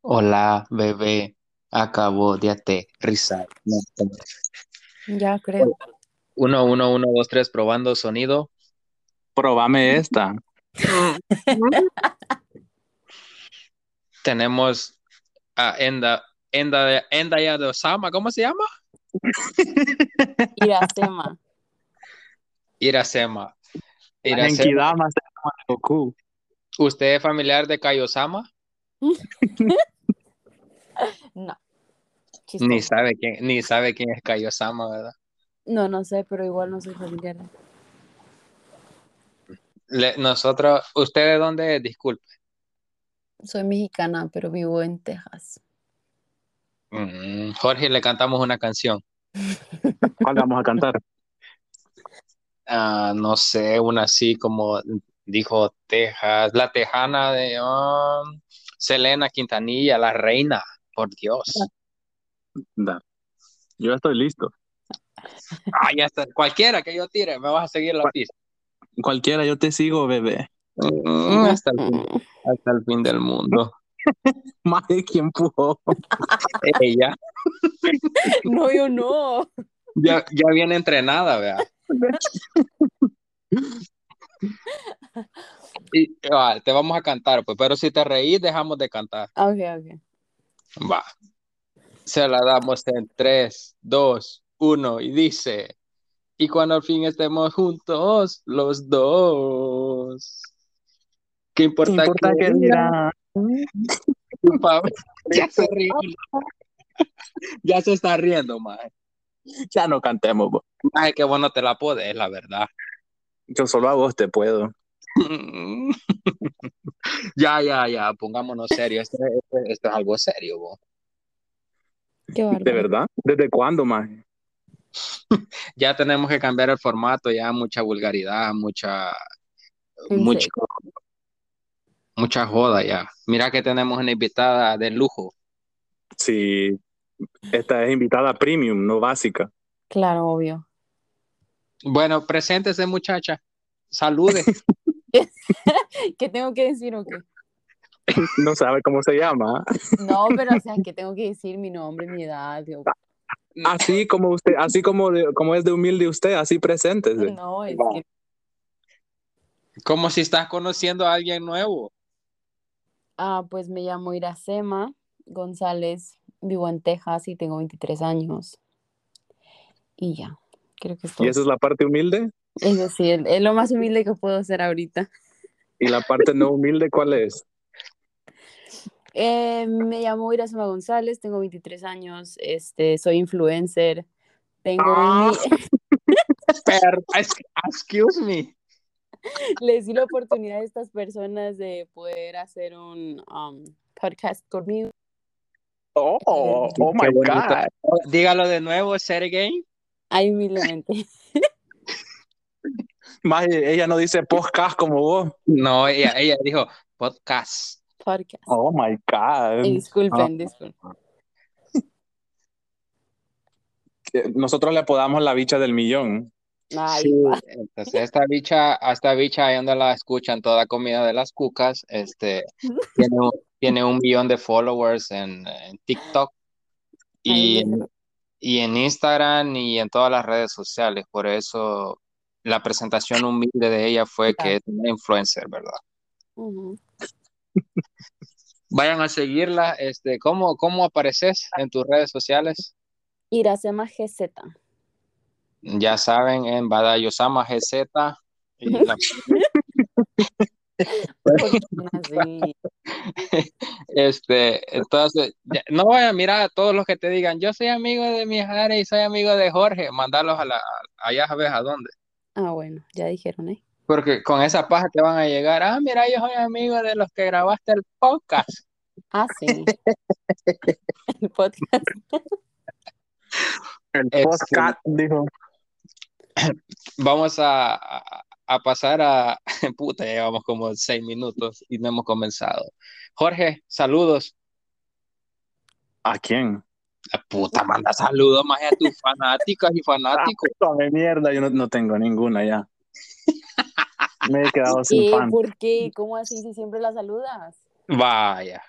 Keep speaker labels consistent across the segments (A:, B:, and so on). A: Hola, bebé. Acabo de aterrizar. No, no.
B: Ya creo.
A: Uno, uno, uno, dos, tres, probando sonido.
C: Probame esta.
A: Tenemos a Enda, Enda, de- Endaya de Osama, ¿cómo se llama?
B: Iracema. Irasema.
A: Irasema.
C: Genkidama se llama Goku.
A: ¿Usted es familiar de Kaiosama?
B: No. Chistoso.
A: Ni sabe quién, ni sabe quién es Kaiosama, ¿verdad?
B: No, no sé, pero igual no soy familiar.
A: Le- nosotros, ¿usted de dónde es? Disculpe.
B: Soy mexicana, pero vivo en Texas.
A: Mm, Jorge, le cantamos una canción.
C: ¿Cuál vamos a cantar?
A: Ah, no sé, una así como dijo Texas, la tejana de um, Selena Quintanilla, la reina, por Dios.
C: Da. Yo estoy listo.
A: Ah, ya está. Cualquiera que yo tire, me vas a seguir la pista.
C: Cualquiera, yo te sigo, bebé. Ah,
B: Mm.
A: Hasta el fin, hasta el fin del mundo.
C: Más de quien pudo.
A: Ella
B: No, yo no.
A: ya, ya viene entrenada, vea. Y, ah, te vamos a cantar, pues, pero si te reís, dejamos de cantar.
B: Ok, ok.
A: Va. Se la damos en 3, 2, 1 y dice, y cuando al fin estemos juntos los dos, ¿qué importa, que digan tu pa- Ya se ríe. Ya se está riendo, mae.
C: Ya no cantemos, bo.
A: Mae, qué bueno te la podés, la verdad.
C: Yo solo a vos te puedo.
A: ya, ya, ya, pongámonos serios. Esto, esto- esto es algo serio, bo.
B: Qué bárbaro.
C: ¿De verdad? ¿Desde cuándo, más?
A: Ya tenemos que cambiar el formato, ya mucha vulgaridad, mucha...
B: En
A: mucho,
B: serio.
A: mucha joda ya. Mira que tenemos una invitada de lujo.
C: Sí. Esta es invitada premium, no básica.
B: Claro, obvio.
A: Bueno, preséntese, muchacha. Salude.
B: ¿Qué tengo que decir o qué?
C: No sabe cómo se llama.
B: No, pero o sea, ¿qué tengo que decir? Mi nombre, mi edad. yo-
C: Así como usted, así como, de- como es de humilde usted, así preséntese.
B: No, es que...
A: Como si estás conociendo a alguien nuevo.
B: Ah, pues me llamo Iracema González, vivo en Texas y tengo 23 años. Y ya, creo que esto
C: Y esa es la parte humilde.
B: es decir, es lo más humilde que puedo ser ahorita.
C: ¿Y la parte no humilde cuál es?
B: Eh, me llamo Iracema González, tengo 23 años, este, soy influencer, tengo un, mi-
A: Pero, es- excuse me.
B: les di la oportunidad a estas personas de poder hacer un um, podcast conmigo.
C: Oh,
B: oh
A: my God. Dígalo de nuevo, ser gay.
B: Ay, humildemente.
C: Más ella no dice podcast como vos.
A: No, ella, ella dijo podcast.
B: Podcast.
C: Oh my
B: Eh,
C: God.
B: disculpen, disculpen.
C: Nosotros le apodamos la bicha del millón.
B: Ay,
A: Sí,
B: va.
A: entonces esta bicha, a esta bicha ahí donde la escuchan toda comida de las cucas, este, tiene, un- tiene un millón de followers en, en TikTok y,
B: Ay,
A: en- y en Instagram y en todas las redes sociales. Por eso la presentación humilde de ella fue que es una influencer, ¿verdad?
B: ujú.
A: Vayan a seguirla. Este, ¿cómo, cómo apareces en tus redes sociales?
B: Iracema GZ.
A: Ya saben, en Badayosama GZ. y la-
B: Así.
A: Este, entonces, ya- no vaya a mirar a todos los que te digan, yo soy amigo de Mijares y soy amigo de Jorge, mandarlos a la, a- allá sabes a dónde.
B: Ah, bueno, ya dijeron, ¿eh?
A: Porque con esa paja te van a llegar, ah, mira, yo soy amigo de los que grabaste el podcast.
B: Ah, sí. El podcast.
C: El
A: podcast,
C: dijo.
A: Vamos a, a- a pasar a, puta, ya llevamos como seis minutos y no hemos comenzado. Jorge, saludos.
C: ¿A quién?
A: La puta, manda saludos más a tus fanáticas y
C: Ah,
A: fanáticos.
C: Come mierda, yo no, no tengo ninguna ya. Me he quedado
B: ¿Qué?
C: sin fan.
B: ¿Por qué? ¿Cómo así si siempre la saludas?
A: Vaya.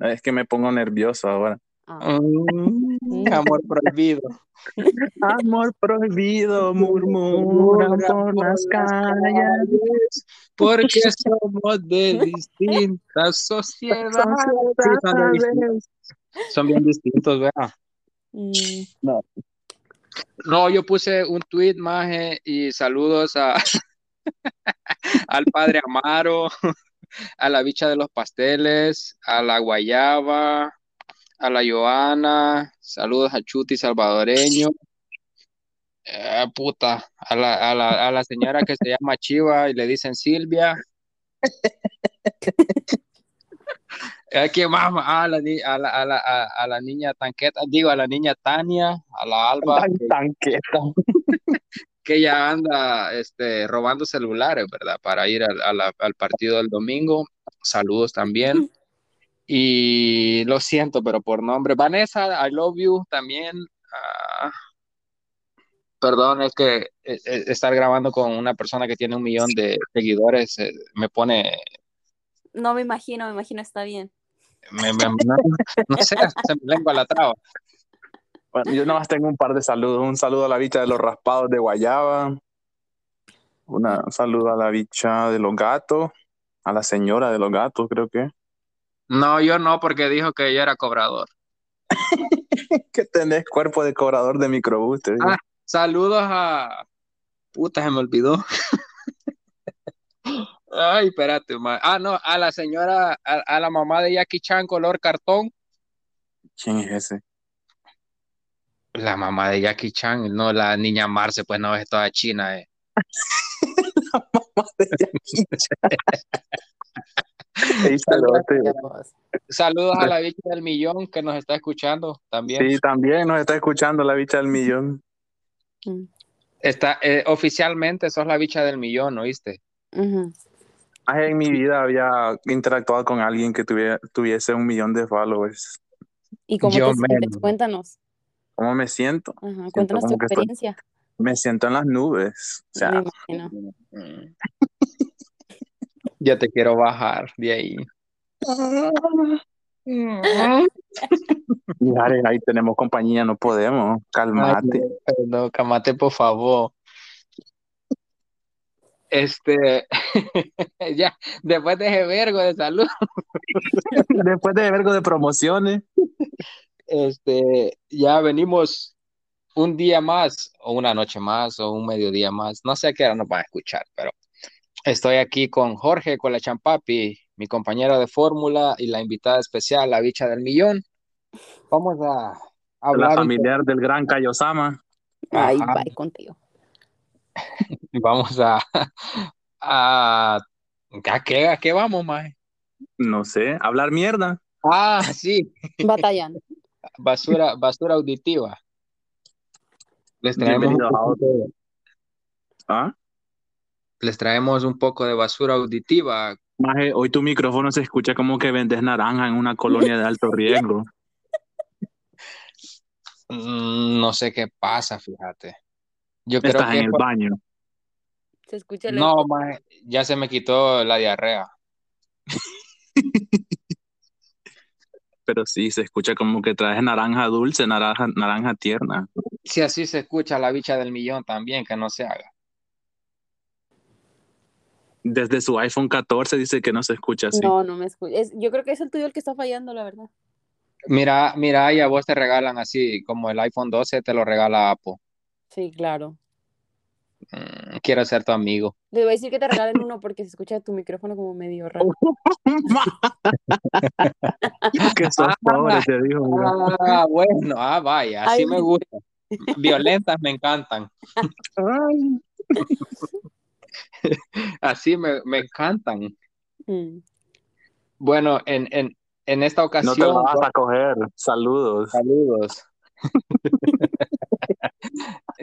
C: Es que me pongo nervioso ahora.
B: Ah,
A: Mm, amor prohibido.
C: Amor prohibido murmuran por las calles.
A: Porque somos de distintas sociedades. Sí, son, de distintas. Son bien distintos, ¿verdad?
B: mm,
A: No, yo puse un tweet más eh, y saludos a, al padre Amaro, a la bicha de los pasteles, a la guayaba, a la Joana, saludos a Chuti salvadoreño, eh, puta, a la, a la, a la señora que se llama Chiva y le dicen Silvia. Eh, ¿Quién más? A la, ni- a la, a la, a- a la niña Tanqueta, digo, a la niña Tania, a la Alba,
C: Tan-
A: que-
C: tanqueta.
A: que ya anda este, robando celulares, ¿verdad? Para ir al, a la- al partido del domingo. Saludos también. Y lo siento, pero por nombre. Vanessa, I love you también. Ah, perdón, es que eh, eh, estar grabando con una persona que tiene un millón de seguidores eh, me pone,
B: No me imagino, me imagino está bien.
A: me- me- no, no sé, se me lengua la traba.
C: Bueno, yo nomás tengo un par de saludos. Un saludo a la bicha de los raspados de Guayaba. Una, un saludo a la bicha de los gatos. A la señora de los gatos, creo que.
A: No, yo no, porque dijo que yo era cobrador.
C: Que tenés cuerpo de cobrador de microbús. te digo.
A: Ah. Saludos a... Puta, se me olvidó. Ay, espérate, ma- Ah, no, a la señora, a, a la mamá de Jackie Chan color cartón.
C: ¿Quién es ese?
A: La mamá de Jackie Chan, no, la niña Marce, pues no es toda china, eh.
C: Ey, saludote.
B: pues.
A: Saludos a la bicha del millón que nos está escuchando también.
C: Sí, también nos está escuchando la bicha del millón.
B: Mm,
A: Está, eh, oficialmente sos la bicha del millón, ¿oíste?
B: ujú.
C: Ah, en mi vida había interactuado con alguien que tuviera- tuviese un millón de followers.
B: ¿Y cómo
A: Yo
B: te sientes?
A: menos.
B: Cuéntanos.
C: ¿Cómo me siento?
B: Ajá, cuéntanos tu
C: como que estoy-
B: experiencia.
C: Me siento en las nubes. O sea,
B: Me imagino.
A: Mm. Yo te quiero bajar de ahí.
C: Mm. Mijares, ahí tenemos compañía, no podemos. Calmate.
A: Ay, no, no, camate, por favor. Este, ya, después de ese vergo de salud,
C: Después de vergo de promociones.
A: este, ya venimos un día más, o una noche más, o un mediodía más. No sé a qué hora nos van a escuchar, pero estoy aquí con Jorge, con la Champapi, mi compañero de fórmula y la invitada especial, la bicha del millón. Vamos a
C: La
A: hablar un
C: familiar del gran Kaiosama.
B: Ay,
A: Ajá.
B: bye contigo.
A: Vamos a, a, ¿a qué, a qué vamos, mae?
C: No sé, hablar mierda.
A: Ah, sí,
B: Batallando.
A: basura, basura auditiva. Les traemos, un
C: Bienvenidos a
A: poco de,
C: ¿Ah?
A: les traemos un poco de basura auditiva.
C: Maje, hoy tu micrófono se escucha como que vendes naranja en una colonia de alto riesgo.
A: Mm, No sé qué pasa, fíjate. Yo creo
C: Estás
A: que
C: en el baño.
B: Se escucha el
A: no, mae, ya se me quitó la diarrea.
C: Pero sí, se escucha como que traes naranja dulce, naranja, naranja tierna.
A: Si así se escucha la bicha del millón también, que no se haga.
C: Desde su iPhone 14 dice que no se escucha así.
B: No, no me escucha. Es- yo creo que es el tuyo el que está fallando, la verdad.
A: Mira, mira, y a vos te regalan así, como el iPhone 12 te lo regala Apple.
B: Sí, claro.
A: Mm, quiero ser tu amigo.
B: Le voy a decir que te regalen uno porque se escucha tu micrófono como medio raro.
C: que sos pobre, te dijo. mira.
A: Ah, bueno, ah, vaya, así
B: Ay,
A: me gusta. Violentas me encantan. Ah,
C: Ay.
A: Así me, me encantan.
B: Mm.
A: Bueno, en, en, en esta
C: No te
A: ocasión,
C: lo vas a coger. Saludos.
A: saludos.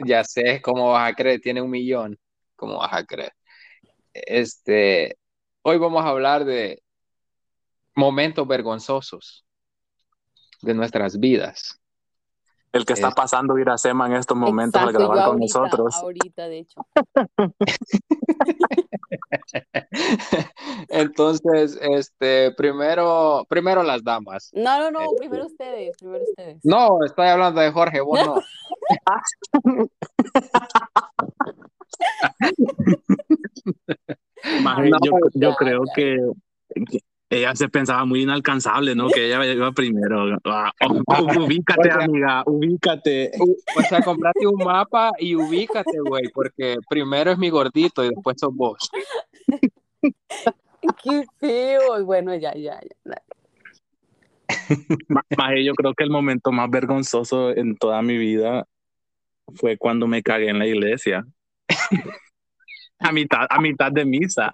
A: Ya sé cómo vas a creer, tiene un millón. ¿Cómo vas a creer? Este, hoy vamos a hablar de momentos vergonzosos de nuestras vidas.
C: El que está
A: Es-
C: pasando Iracema en estos momentos al
B: Exacto, yo
C: grabar con
B: ahorita,
C: nosotros.
B: Ahorita, de hecho.
A: Entonces, este, primero, primero las damas.
B: No, no, no,
C: Eh,
A: Este.
B: primero ustedes, primero ustedes.
A: No, estoy hablando de Jorge, vos no.
C: Maje,
A: No,
C: yo, yo
B: ya,
C: creo que, que ella se pensaba muy inalcanzable, ¿no? Que ella iba primero. Ah, u- u- ubícate,
A: O sea-
C: amiga, ubícate.
A: U- O sea, comprate un mapa y ubícate, güey, porque primero es mi gordito y después sos vos.
B: Qué feo. Bueno, ya, ya, ya.
C: Ma- Maje, yo creo que el momento más vergonzoso en toda mi vida fue cuando me cagué en la iglesia. A mitad, a mitad de misa.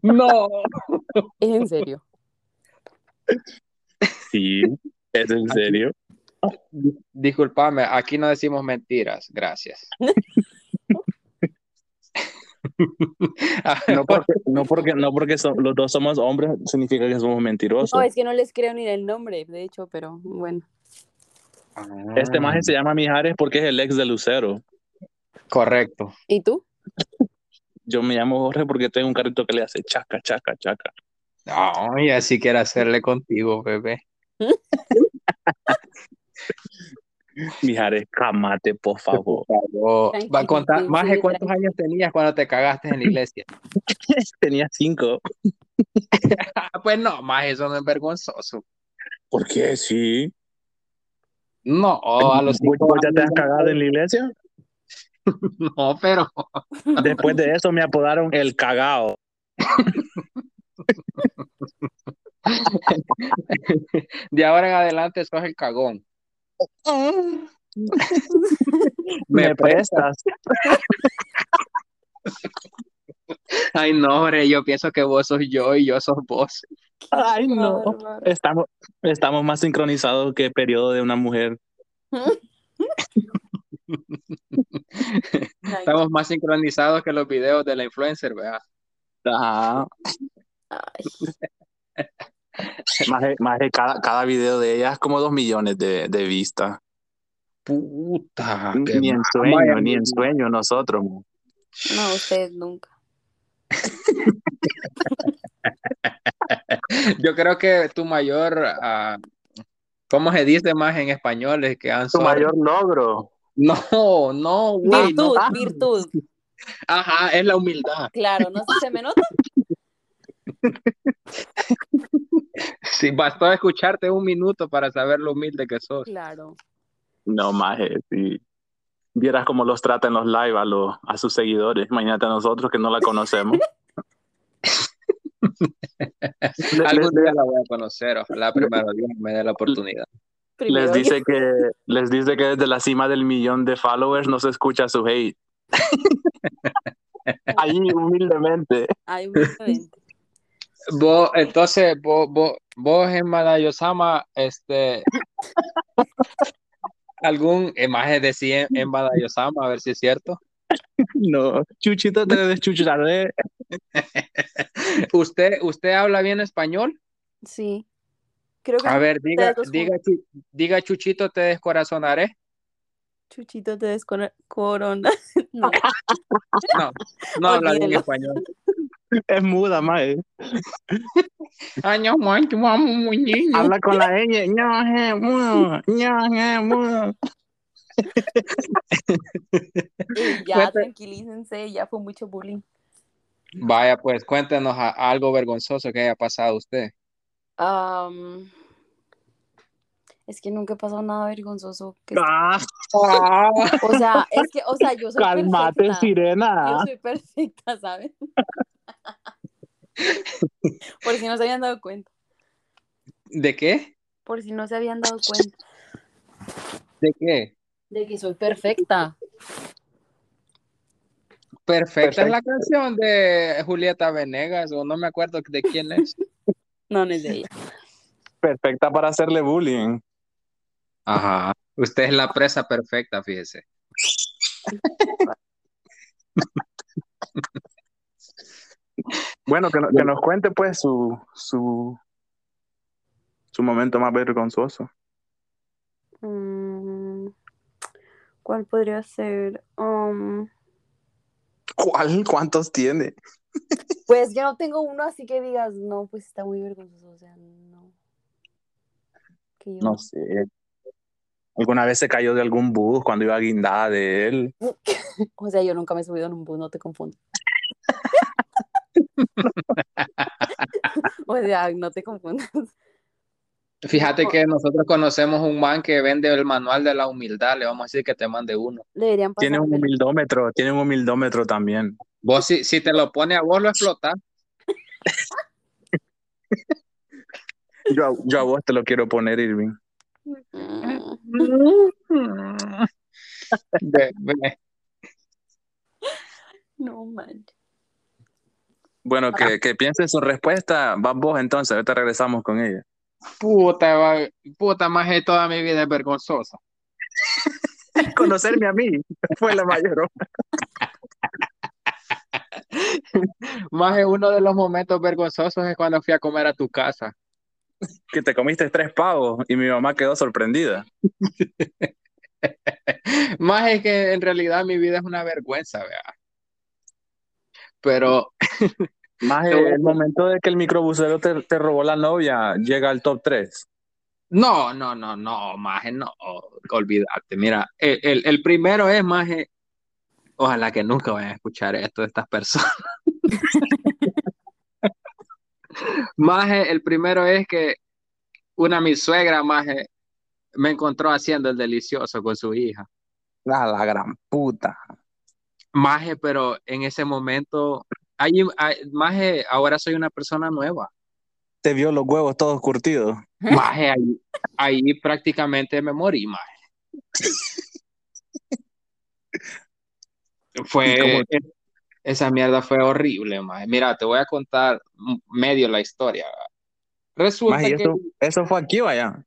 A: No.
B: En serio.
C: Sí, es en serio.
A: Disculpame, aquí no decimos mentiras, gracias. A ver,
C: No porque, no porque, no porque so- los dos somos hombres, significa que somos mentirosos.
B: No, es que no les creo ni el nombre, de hecho, pero bueno.
A: Ah.
C: Este maje se llama Mijares porque es el ex de Lucero.
A: Correcto.
B: ¿Y tú?
C: Yo me llamo Jorge porque tengo un carrito que le hace chaca, chaca, chaca.
A: Ay, así quiero hacerle contigo, bebé.
C: Mijares, camate, por favor.
A: Oh, va a contar,
B: Tranquilo,
A: más
B: sí,
A: de cuántos años tenías cuando te cagaste en la iglesia.
C: Tenía cinco.
A: Ah, pues no, más eso no es vergonzoso.
C: ¿Por qué? Sí.
A: No, Oh, a los
C: ¿Vos-
A: cinco
C: vos ya te has
A: años-
C: cagado en la iglesia?
A: No, pero
C: Ah, Después de eso me apodaron el cagao.
A: de ahora en adelante sos el cagón. Me
C: prestas?
A: Ay, no, hombre, yo pienso que vos sos yo y yo sos vos.
C: Ay, no.
B: Bárbaro.
C: Estamos, estamos más sincronizados que periodo de una mujer.
A: Estamos más sincronizados que los videos de la influencer, ¿verdad? Ah.
C: Ajá.
B: Ay,
C: Más de, más de cada, cada video de ella es como dos millones de, de vistas.
A: Puta, qué
C: Ni en
A: mal.
C: sueño,
A: Vaya,
C: ni en sueño nosotros.
B: no, ustedes nunca.
A: Yo creo que tu mayor, ah, ¿cómo se dice más en español? Es que han
C: Su mayor logro.
A: No, no, güey. no.
B: Virtud, virtud.
A: Ajá, es la humildad.
B: Claro, no sé, se me nota.
A: Sí, bastó escucharte un minuto para saber lo humilde que sos.
B: Claro.
C: No, maje, sí. Vieras cómo los trata en los live a, los, a sus seguidores. Imagínate a nosotros que no la conocemos. Le-
A: Algún
C: les,
A: día la voy a conocer, ojalá primero Dios me dé la oportunidad.
B: Primero
C: les
B: yo.
C: dice que, les dice que desde la cima del millón de followers no se escucha su hate. Ahí humildemente.
B: Ay, muy bien.
A: Vos, entonces, vos, vos, vos en Madayosama, este, algún eh, imagen de sí en, en Madayosama, a ver si es cierto.
C: No, chuchito te eh. deschucharé.
A: ¿Usted, usted habla bien español?
B: Sí. Creo que
A: A ver, diga,
B: ustedes dos
A: diga, Chu- diga Chuchito, te descorazonaré.
B: Chuchito te descorona. No.
A: No, no habla bien
B: Olvídelo.
A: español.
C: Es muda, maje.
A: Ay, Ah, no, man, que vamos, muy niño.
C: Habla con la ñ. Ño, je, mudo. Ño, je, mudo.
B: Ey, ya,
A: Cuenta-
B: tranquilícense, ya fue mucho bullying.
A: Vaya, pues cuéntenos a- algo vergonzoso que haya pasado a usted.
B: Am, es que nunca ha pasado nada vergonzoso. que-
C: Ah,
B: O sea, es que, o sea, yo soy
C: calmate,
B: perfecta. Yo
C: sirena.
B: soy perfecta, ¿sabes? Por si no se habían dado cuenta.
A: ¿De qué?
B: Por si no se habían dado cuenta
A: ¿De qué?
B: de que soy perfecta.
A: Perfecta es la canción de Julieta Venegas, o no me acuerdo de quién es.
B: No, no es de ella.
C: Perfecta para hacerle bullying.
A: Ajá. Usted es la presa perfecta, fíjese.
C: Bueno, que, no- que nos cuente pues su, su, su momento más vergonzoso.
B: Mm, ¿Cuál podría ser? Um,
C: ¿Cuál? ¿Cuántos tiene?
B: pues ya no tengo uno, así que digas, no, pues está muy vergonzoso, o sea, no. Que yo-
C: No sé. ¿Alguna vez se cayó de algún bus cuando iba guindada de él?
B: O sea, yo nunca me he subido en un bus, no te confundas. o sea, no te confundas.
A: Fíjate
B: No.
A: que nosotros conocemos un man que vende el manual de la humildad, le vamos a decir que te mande uno.
B: Deberían pasar.
C: Tiene un humildómetro, tiene un humildómetro también.
A: Vos si, si te lo pone a vos lo explotás.
C: Yo, a- yo a vos te lo quiero poner, Irving.
B: Mm,
A: Ve- ve.
B: No manches.
C: Bueno, que, que piense su respuesta, vas vos entonces, ahorita regresamos con ella.
A: Puta, va- puta, más de toda mi vida es vergonzosa.
C: Conocerme a mí fue la mayor.
A: Más de uno de los momentos vergonzosos es cuando fui a comer a tu casa.
C: Que te comiste tres pavos y mi mamá quedó sorprendida.
A: Más es que en realidad mi vida es una vergüenza, vea. Pero
C: Más
A: Te voy a-
C: el momento de que el microbusero te, te robó la novia, llega al top 3.
A: no, no, no, no, más no, olvídate. Mira, el, el- el primero es más, ojalá que nunca vayan a escuchar esto de estas personas. Más el primero es que una mi suegra más me encontró haciendo el delicioso con su hija.
C: A la gran puta.
A: Maje, pero en ese momento, hay, hay- maje, ahora soy una persona nueva.
C: Te vio los huevos todos curtidos.
A: Maje, ahí, ahí prácticamente me morí, maje.
C: ¿Y cómo?
A: Fue, esa mierda fue horrible, maje. Mira, te voy a contar m- medio la historia. Resulta
C: Más y
A: que
C: eso, eso fue aquí o allá.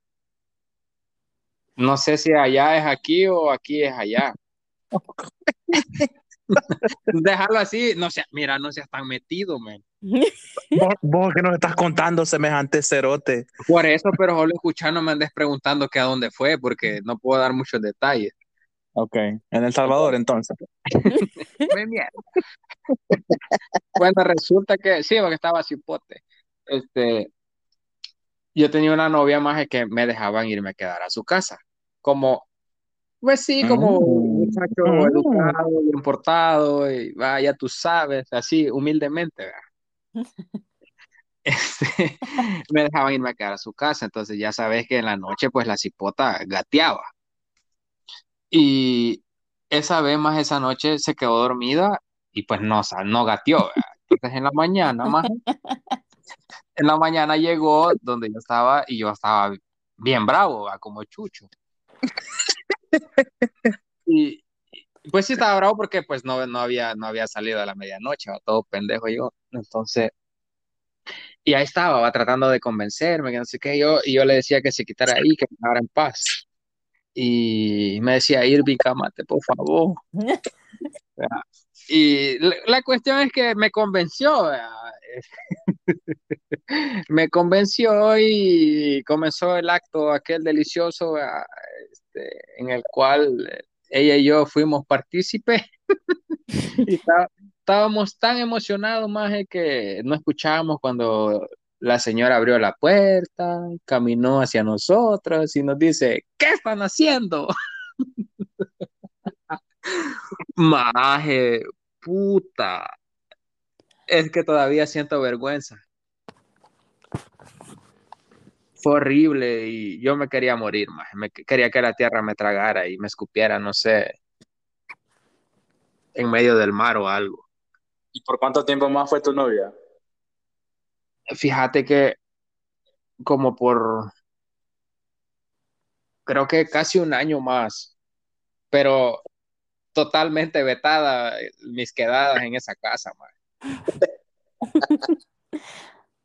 A: no sé si allá es aquí o aquí es allá. Dejarlo así, no sea, mira, no seas tan metido, men.
C: Vos, vos que nos estás contando semejante cerote.
A: Por eso, pero solo escuchar no me andes preguntando que a dónde fue, porque no puedo dar muchos detalles.
C: Ok. En El Salvador, entonces.
A: Bueno, resulta que sí, porque estaba cipote. Este, yo tenía una novia más que me dejaban irme a quedar a su casa. Como, pues sí, como
C: Mm.
A: muchacho
C: Mm.
A: educado, bien portado, y vaya, tú sabes, así, humildemente, ¿verdad? Este, me dejaban irme a quedar a su casa, entonces ya sabes que en la noche, pues la cipota gateaba. Y esa vez más esa noche se quedó dormida y pues no, o sea, no gateó, ¿verdad? Entonces en la mañana más, en la mañana llegó donde yo estaba y yo estaba bien bravo, ¿verdad? Como chucho. Y y, pues sí estaba bravo porque pues no, no había, no había salido a la medianoche, ¿verdad? Todo pendejo yo. Entonces, y ahí estaba, ¿verdad? Tratando de convencerme, que no sé qué, yo, y yo le decía que se quitara ahí, que me dejara en paz. Y me decía, Irving, cámate, por favor. Y la, la cuestión es que me convenció, ¿verdad? me convenció y comenzó el acto aquel delicioso, ¿verdad? Este, en el cual ella y yo fuimos partícipes y está- estábamos tan emocionados, maje, que no escuchábamos cuando la señora abrió la puerta, caminó hacia nosotros y nos dice, ¿qué están haciendo? Maje, puta. Es que todavía siento vergüenza. Fue horrible y yo me quería morir, maje. Me que- quería que la tierra me tragara y me escupiera, no sé, en medio del mar o algo.
C: ¿Y por cuánto tiempo más fue tu novia?
A: Fíjate que como por, creo que casi un año más, pero totalmente vetada eh, mis quedadas en esa casa, maje.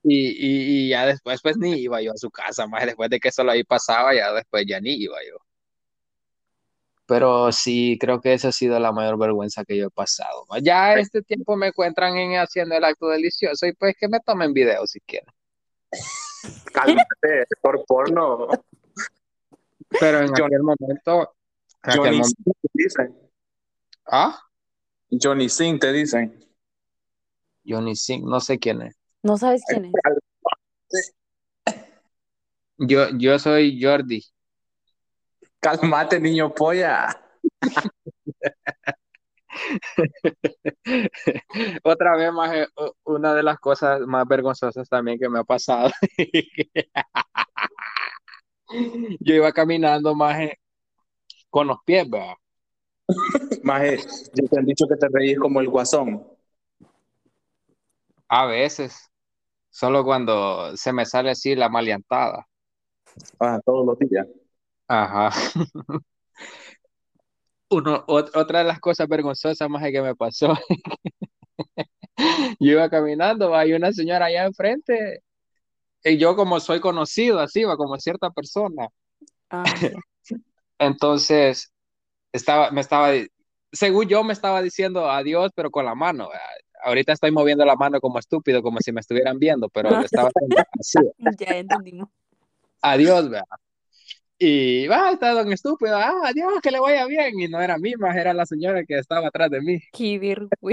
A: Y, y, y ya después pues ni iba yo a su casa, más después de que solo ahí pasaba, ya después ya ni iba yo. Pero sí, creo que esa ha sido la mayor vergüenza que yo he pasado. ma. Ya a este tiempo me encuentran en haciendo el acto delicioso y pues que me tomen video si quieren.
C: Cálmate, por porno.
A: Pero en aquel momento, en aquel
C: Johnny
A: momento-
C: Sing te dicen.
A: ¿Ah?
C: Johnny Sing te dicen.
A: Johnny Singh, no sé quién es.
B: ¿No sabes quién es?
A: Yo, yo soy Jordi.
C: Calmate, niño polla.
A: Otra vez más, eh, u- una de las cosas más vergonzosas también que me ha pasado. Yo iba caminando más eh, con los pies, ¿verdad?
C: Maje, ya te han dicho que te reís como el guasón.
A: A veces, solo cuando se me sale así la maleantada.
C: Ah, todos los días.
A: Ajá. Uno, ot- otra de las cosas vergonzosas más que me pasó. Yo iba caminando, hay una señora allá enfrente, y yo como soy conocido, así va, como cierta persona.
B: Ah, sí.
A: Entonces, estaba, me estaba, di- según yo me estaba diciendo adiós, pero con la mano. ¿verdad? Ahorita estoy moviendo la mano como estúpido, como si me estuvieran viendo, pero lo estaba haciendo así.
B: ya entendimos.
A: adiós, ¿verdad? Y va, está don estúpido, ah, adiós, que le vaya bien. Y no era mí, más era la señora que estaba atrás de mí.
B: Qué vergüenza.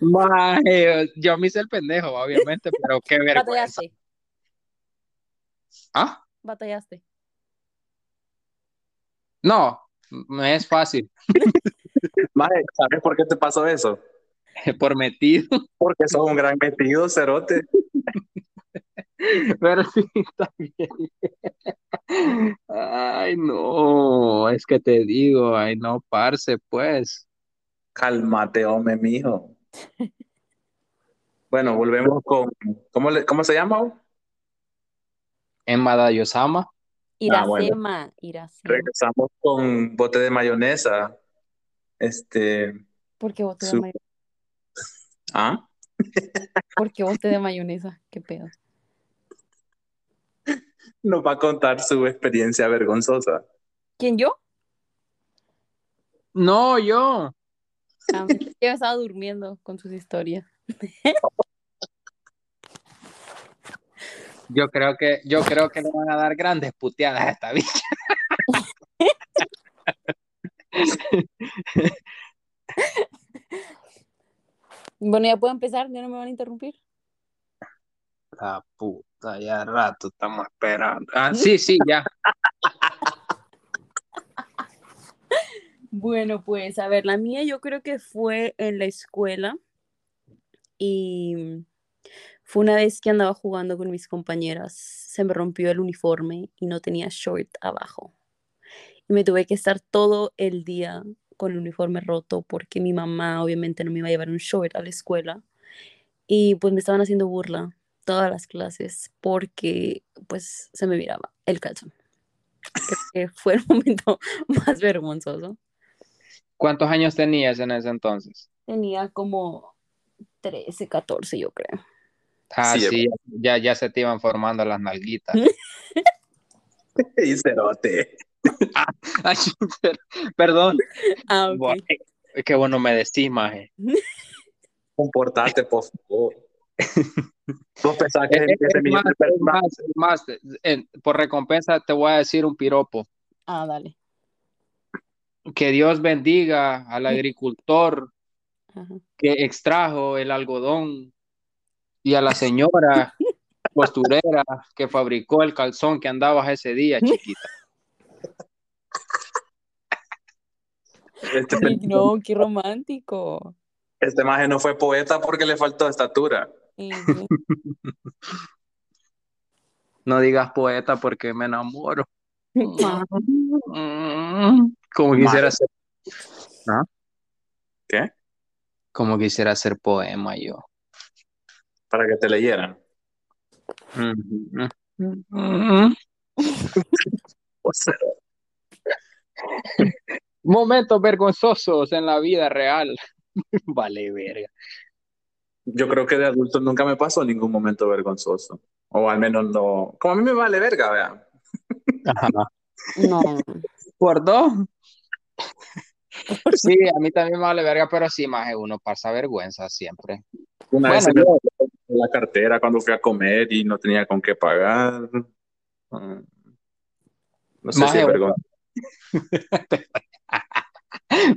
A: Maje, yo me hice el pendejo, obviamente, pero qué vergüenza.
B: Batallaste,
A: Ah,
B: batallaste.
A: no, me es fácil,
C: Maje, ¿sabes por qué te pasó eso?
A: por metido,
C: Porque sos un gran metido, cerote.
A: pero sí, está bien. Ay, no, es que te digo, ay, no, parce, pues.
C: Calmate, hombre, mijo. Bueno, volvemos con. ¿Cómo, le- cómo se llama?
A: En Madayosama,
B: Iracema,
C: Ah, bueno.
B: Iracema.
C: Regresamos con bote de mayonesa. Este.
B: ¿Por qué bote de
C: Su-
B: mayonesa?
C: Ah,
B: ¿Por qué bote de mayonesa? ¿Qué pedo?
C: nos va a contar su experiencia vergonzosa.
B: ¿Quién yo?
A: no, yo,
B: Ah, yo estaba durmiendo con sus historias.
A: yo creo que, yo creo que le van a dar grandes puteadas a esta bicha.
B: Bueno, ya puedo empezar, ya no me van a interrumpir.
A: La puta, ya rato estamos esperando. Ah, sí, sí, ya.
B: Bueno, pues a ver, la mía yo creo que fue en la escuela y fue una vez que andaba jugando con mis compañeras, se me rompió el uniforme y no tenía short abajo. Y me tuve que estar todo el día con el uniforme roto porque mi mamá obviamente no me iba a llevar un short a la escuela y pues me estaban haciendo burla todas las clases porque pues se me miraba el calzón. Creo que fue el momento más vergonzoso.
A: ¿Cuántos años tenías en ese entonces?
B: Tenía como 13, 14, yo creo.
A: Ah,
C: Sí,
A: sí, ya, ya se te iban formando las nalguitas.
C: Y cerote.
A: Ay, per- perdón.
B: Ah,
A: Buah, eh, Es que bueno me eh. decís, maje.
C: Comportate, por favor. Vos pensás que
A: Es- es-
C: ese
A: es
C: millón
A: más,
C: de
A: es
C: personas.
A: más, es más, en- por recompensa te voy a decir un piropo.
B: Ah, dale.
A: Que Dios bendiga al agricultor
B: Ajá.
A: que extrajo el algodón y a la señora costurera que fabricó el calzón que andabas ese día, chiquita.
C: Este,
B: Ay, no, qué romántico.
C: este maje no fue poeta porque le faltó estatura.
B: Sí, sí.
A: No digas poeta porque me enamoro. Como quisiera ser. ¿Ah?
C: ¿Qué?
A: Como quisiera ser poema yo.
C: Para que te leyeran. O sea,
A: Momentos vergonzosos en la vida real. Vale, verga.
C: Yo creo que de adulto nunca me pasó ningún momento vergonzoso. O al menos no. Como a mí me vale verga, vea.
B: No,
A: Por dos. Sí, a mí también me vale verga, pero sí, más uno pasa vergüenza siempre.
C: Una vez se me
A: Bueno, yo-
C: rompió la cartera cuando fui a comer y no tenía con qué pagar. Mm. No sé si
A: Maje,
C: es vergonzoso.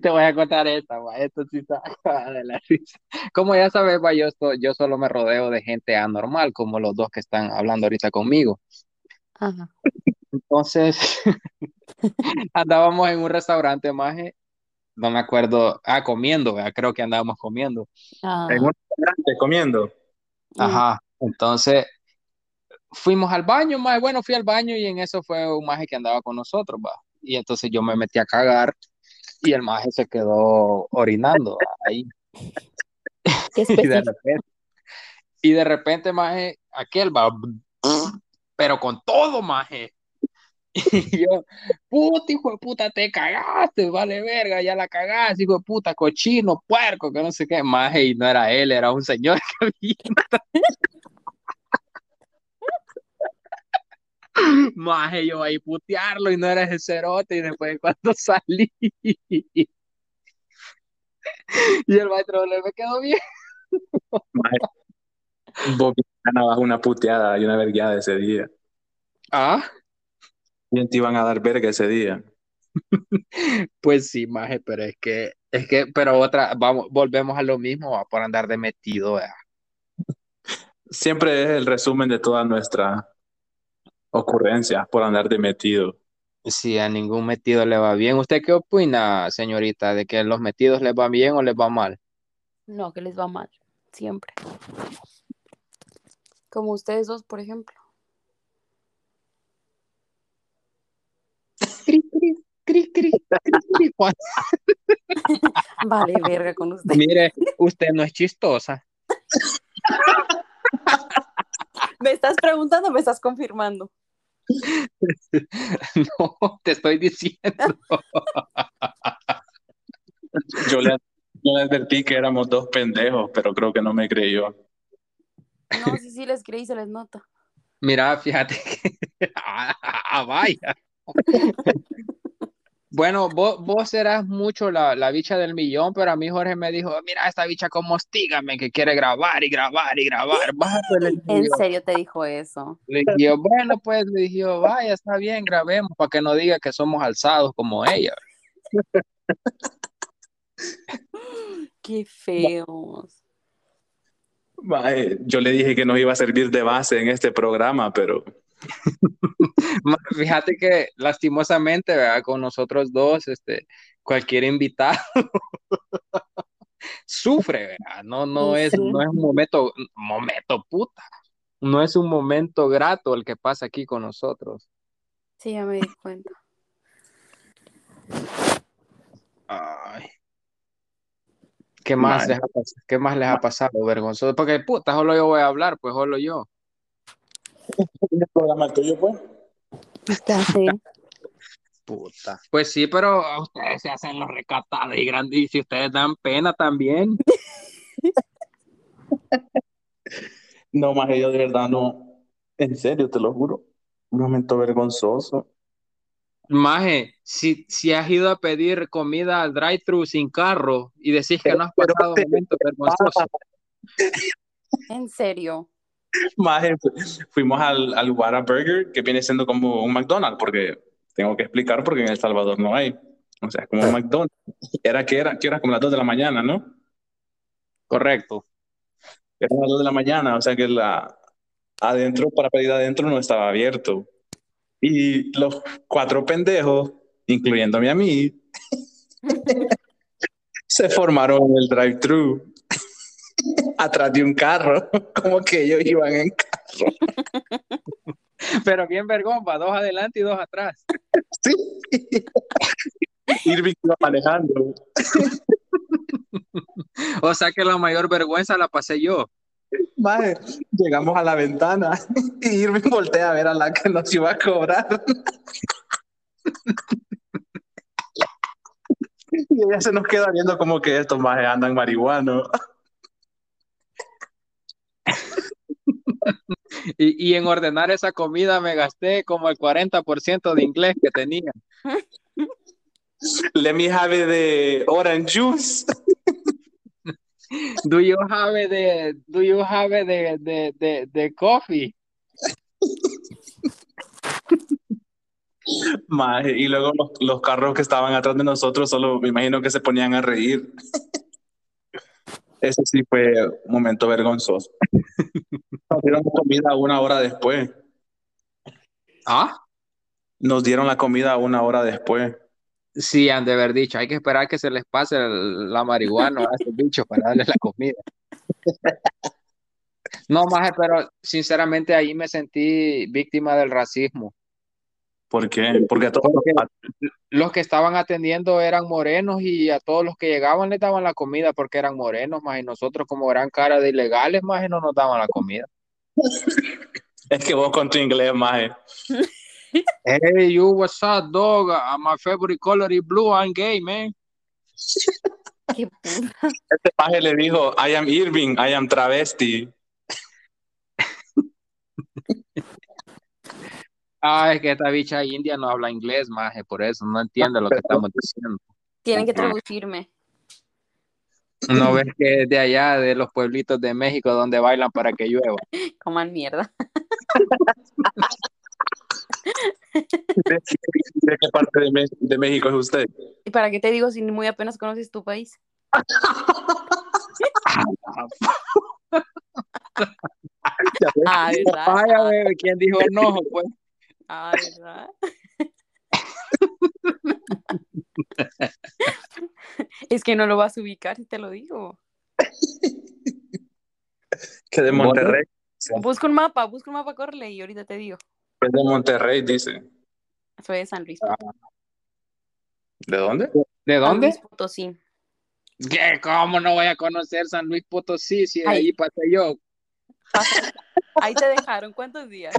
A: Te voy a contar esta, ma, Esto sí está cagada de la risa. Como ya sabes, ma, yo, estoy- yo solo me rodeo de gente anormal, como los dos que están hablando ahorita conmigo.
B: Ajá.
A: Entonces, andábamos en un restaurante, maje. No me acuerdo. Ah, comiendo, ¿verdad? Creo que andábamos comiendo.
B: Ah,
C: En un restaurante comiendo.
B: mm,
A: Ajá. Entonces, fuimos al baño, maje. Bueno, fui al baño y en eso fue un maje que andaba con nosotros, va. Y entonces yo me metí a cagar y el maje se quedó orinando va, ahí.
B: qué
A: Y de
B: específico.
A: repente, y de repente, maje, aquel va, pero con todo, maje. Y yo, puta, hijo de puta, te cagaste, vale verga, ya la cagaste, hijo de puta, cochino, puerco, que no sé qué, maje, y no era él, era un señor que había. Maje, yo ahí putearlo y no era ese cerote, y después cuando salí, y el maestro le me quedó bien.
C: Vos ganabas una puteada y una vergueada ese día.
A: Ah.
C: ¿Quién te iban a dar verga ese día?
A: Pues sí, maje, pero es que, es que, pero otra, vamos, volvemos a lo mismo, va, por andar de metido, vea.
C: Siempre es el resumen de todas nuestras ocurrencias por andar de metido.
A: Si a ningún metido le va bien. ¿Usted qué opina, señorita, de que los metidos les va bien o les va mal?
B: No, que les va mal, siempre. Como ustedes dos, por ejemplo.
A: Cri, cri, cri, cri, cri, cri, Juan.
B: Vale, verga con usted.
A: Mire, usted no es chistosa.
B: ¿Me estás preguntando o me estás confirmando?
A: No, te estoy diciendo.
C: Yo le, yo le advertí que éramos dos pendejos, pero creo que no me creyó.
B: No, sí, sí, les creí, se les nota.
A: Mira, fíjate que. Ah, ah, vaya. Bueno, vos, vos serás mucho la, la bicha del millón, pero a mí Jorge me dijo, mira, esta bicha como hostígame, que quiere grabar y grabar y grabar. Vaya, pues, le dije
B: ¿En
A: yo.
B: serio te dijo eso?
A: Le dije yo, bueno, pues le dije yo, vaya, está bien, grabemos para que no diga que somos alzados como ella.
B: Qué feos.
C: Mae, Yo le dije que nos iba a servir de base en este programa, pero
A: Ma- Fíjate que lastimosamente, ¿verdad? Con nosotros dos, este, cualquier invitado sufre, ¿verdad? No, no
B: Sí,
A: es,
B: sí.
A: no es un momento, momento puta. No es un momento grato el que pasa aquí con nosotros.
B: Sí, ya me di cuenta.
A: Ay. ¿Qué más
C: Mae.
A: les ha, pas- qué más les ha pasado, vergonzoso? Porque puta, solo yo voy a hablar, pues solo yo.
C: ¿El programa es tuyo, pues?
B: Ya sé.
A: Puta. Pues sí, pero a ustedes se hacen los recatados y grandes, y si ustedes dan pena también.
C: No, más yo de verdad no. En serio, te lo juro. Un momento vergonzoso.
A: Maje, si, si has ido a pedir comida al drive-thru sin carro y decís que no has
C: Pero-
A: pasado momentos vergonzosos.
B: ¿En serio?
C: Maje, fu- fuimos al, al Whataburger, que viene siendo como un McDonald's, porque tengo que explicar porque en El Salvador no hay. O sea, es como un McDonald's. Era que era, que era como las 2 de la mañana, ¿no?
A: Correcto.
C: Era las 2 de la mañana, o sea que la adentro, para pedir adentro, no estaba abierto. Y los cuatro pendejos, incluyéndome a mí, se formaron en el drive-thru atrás de un carro, como que ellos iban en carro.
A: Pero bien vergón, va dos adelante y dos atrás.
C: Sí. Irving iba manejando.
A: O sea que la mayor vergüenza la pasé yo.
C: Mae, llegamos a la ventana y Irving voltea a ver a la que nos iba a cobrar. Y ella se nos queda viendo como que estos majes andan marihuanos.
A: Y, y en ordenar esa comida me gasté como el 40% de inglés que tenía.
C: Let me have de orange juice.
A: Do you have the, do you have the, the, the, the coffee?
C: Maje, y luego los, los carros que estaban atrás de nosotros solo me imagino que se ponían a reír. Ese sí fue un momento vergonzoso. Nos dieron comida una hora después.
A: Ah,
C: Nos dieron la comida una hora después.
A: sí, han de haber dicho, hay que esperar que se les pase el- la marihuana a estos bichos para darles la comida. No, maje, pero sinceramente ahí me sentí víctima del racismo.
C: ¿Por qué? Porque a todos,
A: Porque
C: a-
A: los que estaban atendiendo eran morenos y a todos los que llegaban les daban la comida porque eran morenos, más y nosotros como gran cara de ilegales, más no nos daban la comida.
C: es que vos con tu inglés, maje.
A: Hey, you, what's up, dog? Uh, my favorite color is blue, I'm gay, man.
B: Qué puta.
C: Este maje le dijo, I am Irving, I am travesti.
A: Ah, es que esta bicha india no habla inglés, maje, por eso no entiende lo que estamos diciendo.
B: Tienen que traducirme.
A: No ves que es de allá, de los pueblitos de México, donde bailan para que llueva.
B: Coman mierda.
C: ¿De, de qué parte de, Mex- de México es usted?
B: ¿Y para qué te digo si muy apenas conoces tu país? Ah, ¿verdad?
A: Vaya, bebé, ¿quién dijo no? Pues
B: Ah, ¿verdad? es que no lo vas a ubicar si te lo digo.
C: Que de Monterrey.
B: Busca un mapa, busca un mapa, corre y ahorita te digo.
C: Que de Monterrey, dice.
B: Soy de San Luis.
C: ¿De dónde?
A: ¿de
B: San
A: dónde?
B: Luis Potosí.
A: ¿Qué? ¿Cómo no voy a conocer San Luis Potosí si de
B: Ay.
A: ahí pasé yo?
B: Pasa- Ahí te dejaron, ¿cuántos días?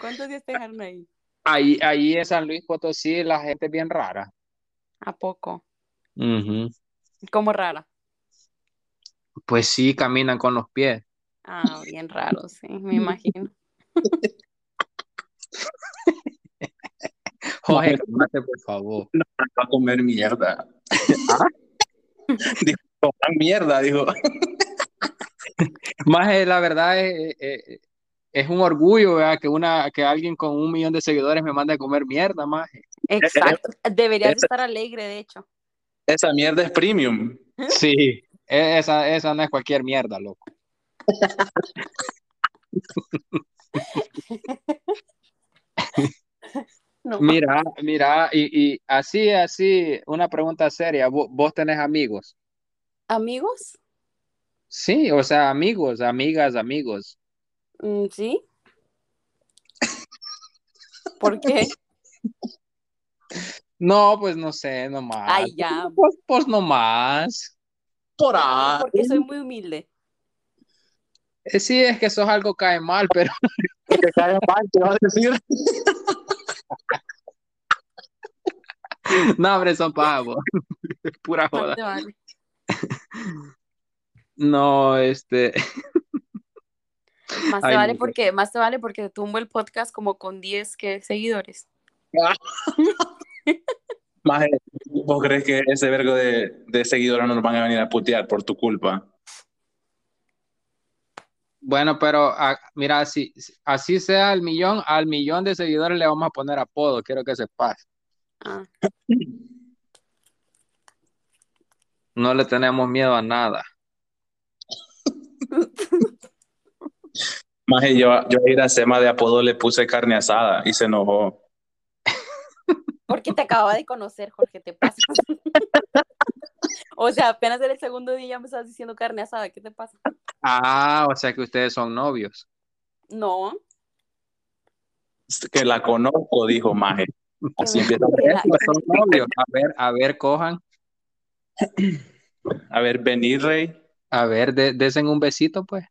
B: ¿Cuántos días te dejaron ahí?
A: Ahí, ahí en San Luis Potosí la gente es bien rara.
B: ¿A poco? Como rara.
A: Pues sí, caminan con los pies.
B: Ah, bien raro, sí, me imagino.
A: Jorge, cálmate, por favor.
C: Va a comer mierda. Ah. Dijo, coman mierda, dijo.
A: Más eh, la verdad es, eh, eh, es un orgullo, ¿verdad? Que, una, que alguien con un millón de seguidores me mande a comer mierda, más. eh.
B: Exacto. Deberías
C: Esa-
B: estar alegre, de hecho.
C: Esa mierda es premium.
A: Sí. E- Esa, esa no es cualquier mierda, loco.
B: No.
A: Mira, mira, y, y así, así, una pregunta seria. ¿Vo- ¿Vos tenés amigos?
B: ¿Amigos?
A: Sí, o sea, amigos, amigas, amigos.
B: Mm, Sí. ¿Por qué?
A: No, pues no sé, nomás.
B: Ay, ya.
A: Pues, pues nomás.
C: Por ahí.
B: Porque soy muy humilde.
A: Eh, Sí, es que sos algo cae mal, pero
C: Te cae mal, te va a decir.
A: no, hombre, son pavos. Pura joda.
B: Vale, vale.
A: No, este,
B: Más
A: Ay,
B: te vale
A: no.
B: porque, más te vale porque tumbo el podcast como con 10 que- seguidores.
C: Maje, ¿vos crees que ese vergo de, de seguidores no nos van a venir a putear por tu culpa?
A: bueno, pero ah, mira, si si- así sea el millón, al millón de seguidores le vamos a poner apodo, quiero que sepas.
B: Ah,
A: No le tenemos miedo a nada.
C: Maje, yo, yo a ir a Sema de apodo le puse carne asada y se enojó.
B: porque te acababa de conocer, Jorge, te pasas. O sea, apenas era el segundo día ya me estabas diciendo carne asada, ¿qué te pasa?
A: Ah, o sea que ustedes son novios.
B: No,
C: Que la conozco, dijo Maje. Así
B: me-
C: empieza.
B: que la-
A: Pues son novios. A ver, a ver, cojan.
C: A ver, vení, Rey.
A: A ver, de- desen un besito, pues.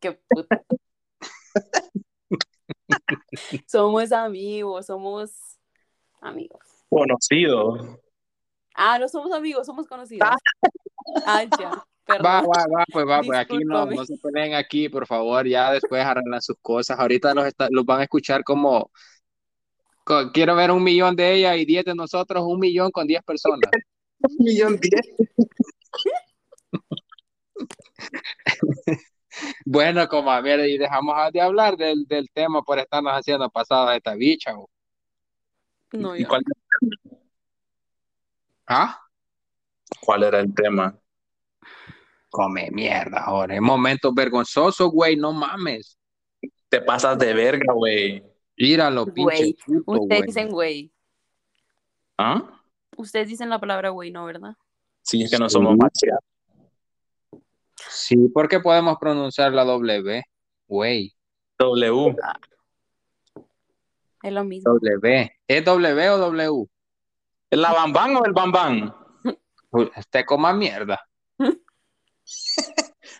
B: qué puta. Somos amigos, somos amigos.
C: Conocido.
B: Ah, no somos amigos, somos conocidos. Ah, ya, perdón.
A: Va, va, va, pues va, pues aquí no,
B: Discúlpame.
A: no se peleen aquí, por favor, ya después arreglan sus cosas. Ahorita los, está- los van a escuchar como, co- quiero ver un millón de ellas y diez de nosotros, un millón con diez personas.
C: Millón diez.
A: Bueno, como a ver, y dejamos de hablar del, del tema por estarnos haciendo pasadas de esta bicha. bo.
B: No,
A: ¿Y
B: ya.
A: cuál- ¿Ah?
C: ¿Cuál era el tema?
A: Come mierda, ahora. Momentos vergonzosos, güey, no mames.
C: Te pasas de verga, güey.
A: Ir a los pinches
B: Güey,
A: putos,
B: Ustedes
A: güey.
B: dicen güey.
C: ¿Ah?
B: Ustedes dicen la palabra güey, ¿no, verdad?
C: Sí, es que no
A: Sí.
C: somos machia.
A: Sí, porque podemos pronunciar la W, güey,
C: W.
B: Es lo mismo.
A: W. ¿Es W o W?
C: ¿Es la bambán o el bambán?
A: Usted Este, coma mierda.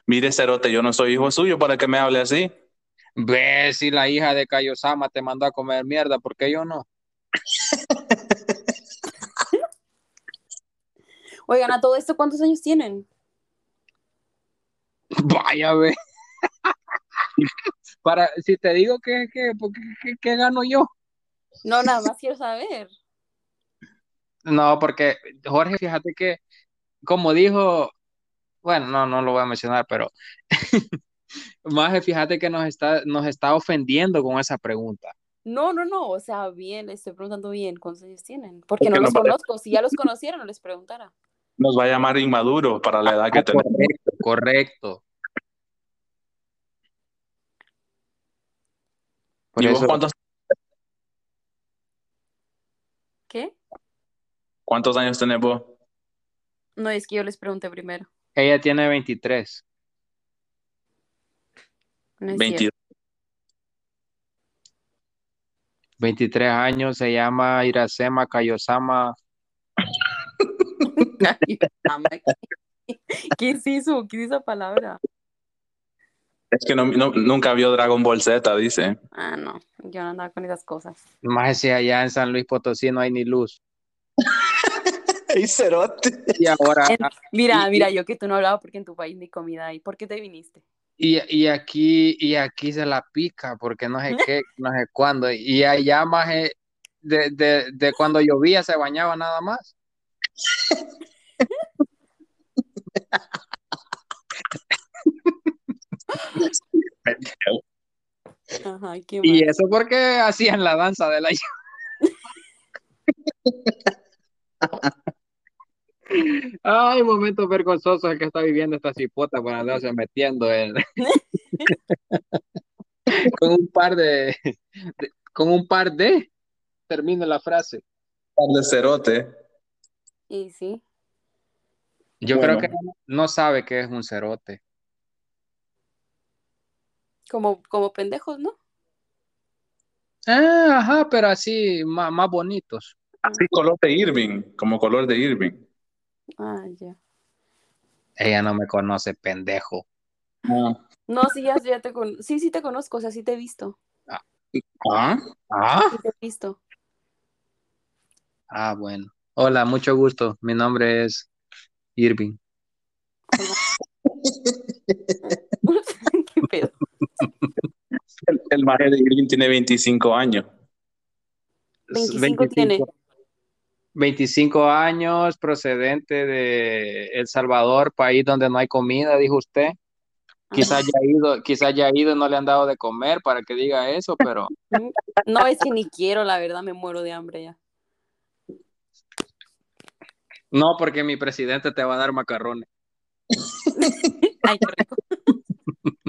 C: Mire, Cerote, yo no soy hijo suyo para que me hable así.
A: Ve si la hija de Kaiosama te mandó a comer mierda, ¿por qué yo no?
B: Oigan, a todo esto, ¿cuántos años tienen?
A: Vaya, ve. Para, si te digo que, que, porque- que- que gano yo.
B: No, nada más quiero saber.
A: No, porque Jorge, fíjate que, como dijo, bueno, no, no lo voy a mencionar, pero Maje, fíjate que nos está, nos está ofendiendo con esa pregunta.
B: No, no, no, o sea, bien, les estoy preguntando bien cuántos años tienen, porque
C: Porque
B: no
C: no
B: los
C: parece.
B: conozco, si ya los conociera no les preguntara.
C: Nos va a llamar inmaduro para la edad que
A: Ah,
C: tenemos.
A: correcto, correcto. Por
C: ¿Y vos
A: eso,
C: cuántos,
B: ¿Qué?
C: cuántos años tenés vos?
B: No, es que yo les pregunté primero.
A: ella tiene 23.
B: No es
C: 22.
B: cierto.
A: 23 años, se llama Iracema Kayosama.
B: Ay, mamá, ¿Qué qué es eso? ¿Qué es esa palabra?
C: Es que no- no- nunca vio Dragon Ball Z, dice.
B: Ah, no, yo no andaba con esas cosas.
A: Más si allá en San Luis Potosí no hay ni luz.
C: ¡Ey, cerote!
A: Y ahora,
B: En- Mira, mira, yo que tú no hablabas porque en tu país ni comida hay, ¿por qué te viniste?
A: y, y aquí, y aquí se la pica, porque no sé qué, no sé cuándo. Y allá más eh, de, de, de cuando llovía se bañaba nada más.
B: Ajá, qué
A: Y
B: mal.
A: eso porque hacían la danza de la Ay, momentos vergonzosos el que está viviendo esta cipota cuando no se metiendo en- con un par de, de- con un par de termina la frase.
C: De cerote.
B: Y sí,
A: Yo
C: Bueno.
A: creo que no sabe qué es un cerote.
B: como, como pendejos, ¿no?
A: Ah, ajá, pero así ma- más, bonitos.
C: Así color de Irving, como color de Irving.
B: Ah, ya.
A: Ella no me conoce, pendejo.
B: No, sí, ya, ya te con... sí, sí te conozco, o sea, sí te he visto,
C: Ah,
A: Ah,
B: sí te he visto.
A: ah, bueno. Hola, mucho gusto. Mi nombre es Irving.
B: ¿Qué pedo?
C: el, el maje de Irving tiene 25 años.
B: 25 tiene.
A: 25 años, procedente de El Salvador, país donde no hay comida, dijo usted. Quizás haya ido, quizás haya ido y no le han dado de comer para que diga eso, pero
B: No, es que ni quiero, la verdad, me muero de hambre ya.
A: no, porque mi presidente te va a dar macarrones.
B: Ay, qué rico.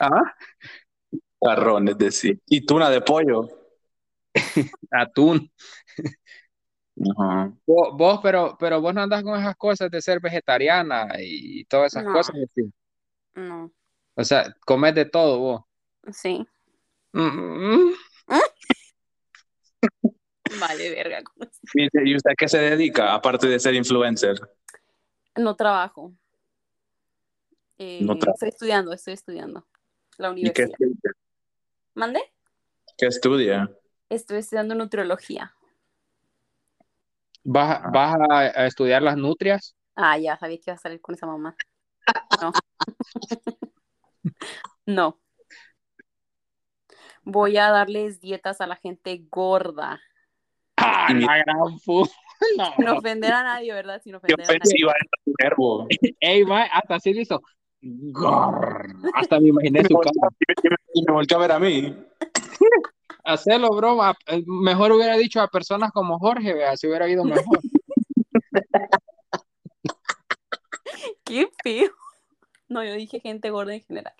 A: Ah,
C: Carrones, decir. Y tuna de pollo.
A: atún.
C: Ajá.
A: Vo- Vos, pero, pero vos no andás con esas cosas de ser vegetariana y todas esas
B: No.
A: cosas. así.
B: No,
A: O sea, comes de todo vos.
B: sí.
A: Mm, mm.
B: Vale, verga. ¿cómo es?
C: Dice, ¿Y usted a qué se dedica, aparte de ser influencer?
B: No trabajo. Eh,
C: No trabajo.
B: Estoy estudiando, estoy estudiando. La
C: ¿Y qué,
B: universidad. ¿Mande?
C: qué estudia?
B: Pues Estoy estudiando nutriología.
A: ¿Vas, vas a, a estudiar las nutrias?
B: Ah, ya sabía que iba a salir con esa mamá. No. no. Voy a darles dietas a la gente gorda.
A: ¡Ah,
C: Y mi-
A: la gran pu- No.
B: Sin ofender a nadie, ¿verdad? Sin
C: Qué
B: ofender a nadie.
C: ofensiva es tu verbo.
A: Ey, mae, hasta así le hizo. Gorr. Hasta me imaginé su cara.
C: Y me volteó a ver a mí.
A: Hacelo, bro. a- eh, Mejor hubiera dicho a personas como Jorge, vea, se hubiera ido mejor.
B: ¡Qué feo! No, yo dije gente gorda en general.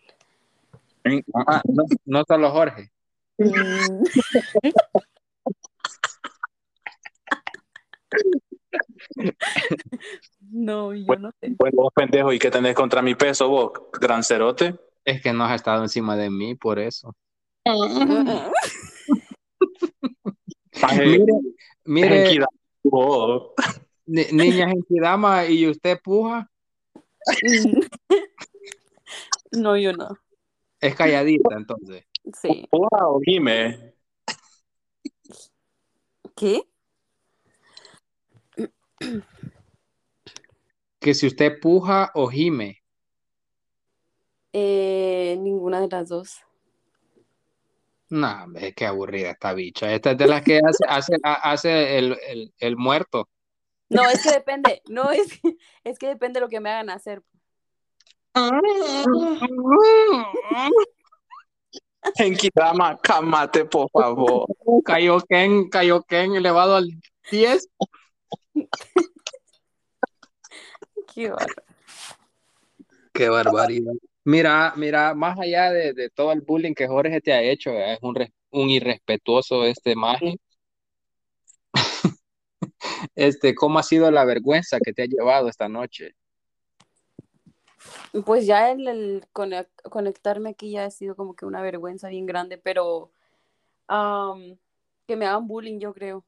A: Ah, no, no solo Jorge.
B: No, yo
C: Bueno.
B: no sé.
C: Bueno, pues vos pendejo, ¿y qué tenés contra mi peso vos? Gran cerote.
A: Es que no has estado encima de mí por eso.
C: Paje,
A: Mire, mire,
C: Genki-Dama, vos.
A: ni- niñas en Kidama y usted puja,
B: No, yo no.
A: es calladita entonces.
B: Sí.
C: Hola, Ojime.
B: ¿Qué?
A: Que si usted puja o gime,
B: Eh, ninguna de las dos.
A: no, es que aburrida esta bicha. Esta es de las que hace, hace, ha- hace el, el- el muerto.
B: No, es que depende. No, es que, es que depende de lo que me hagan hacer.
C: Genkidama, camate, por favor.
A: Kaioken, Kaioken elevado al 10.
B: Qué barba.
A: Qué barbaridad. Mira, mira, más allá de, de todo el bullying que Jorge te ha hecho, ¿verdad? es un, res- un irrespetuoso este maje. Este, ¿cómo ha sido la vergüenza que te ha llevado esta noche?
B: Pues ya el, el conec- conectarme aquí ya ha sido como que una vergüenza bien grande, pero am, que me hagan bullying, yo creo.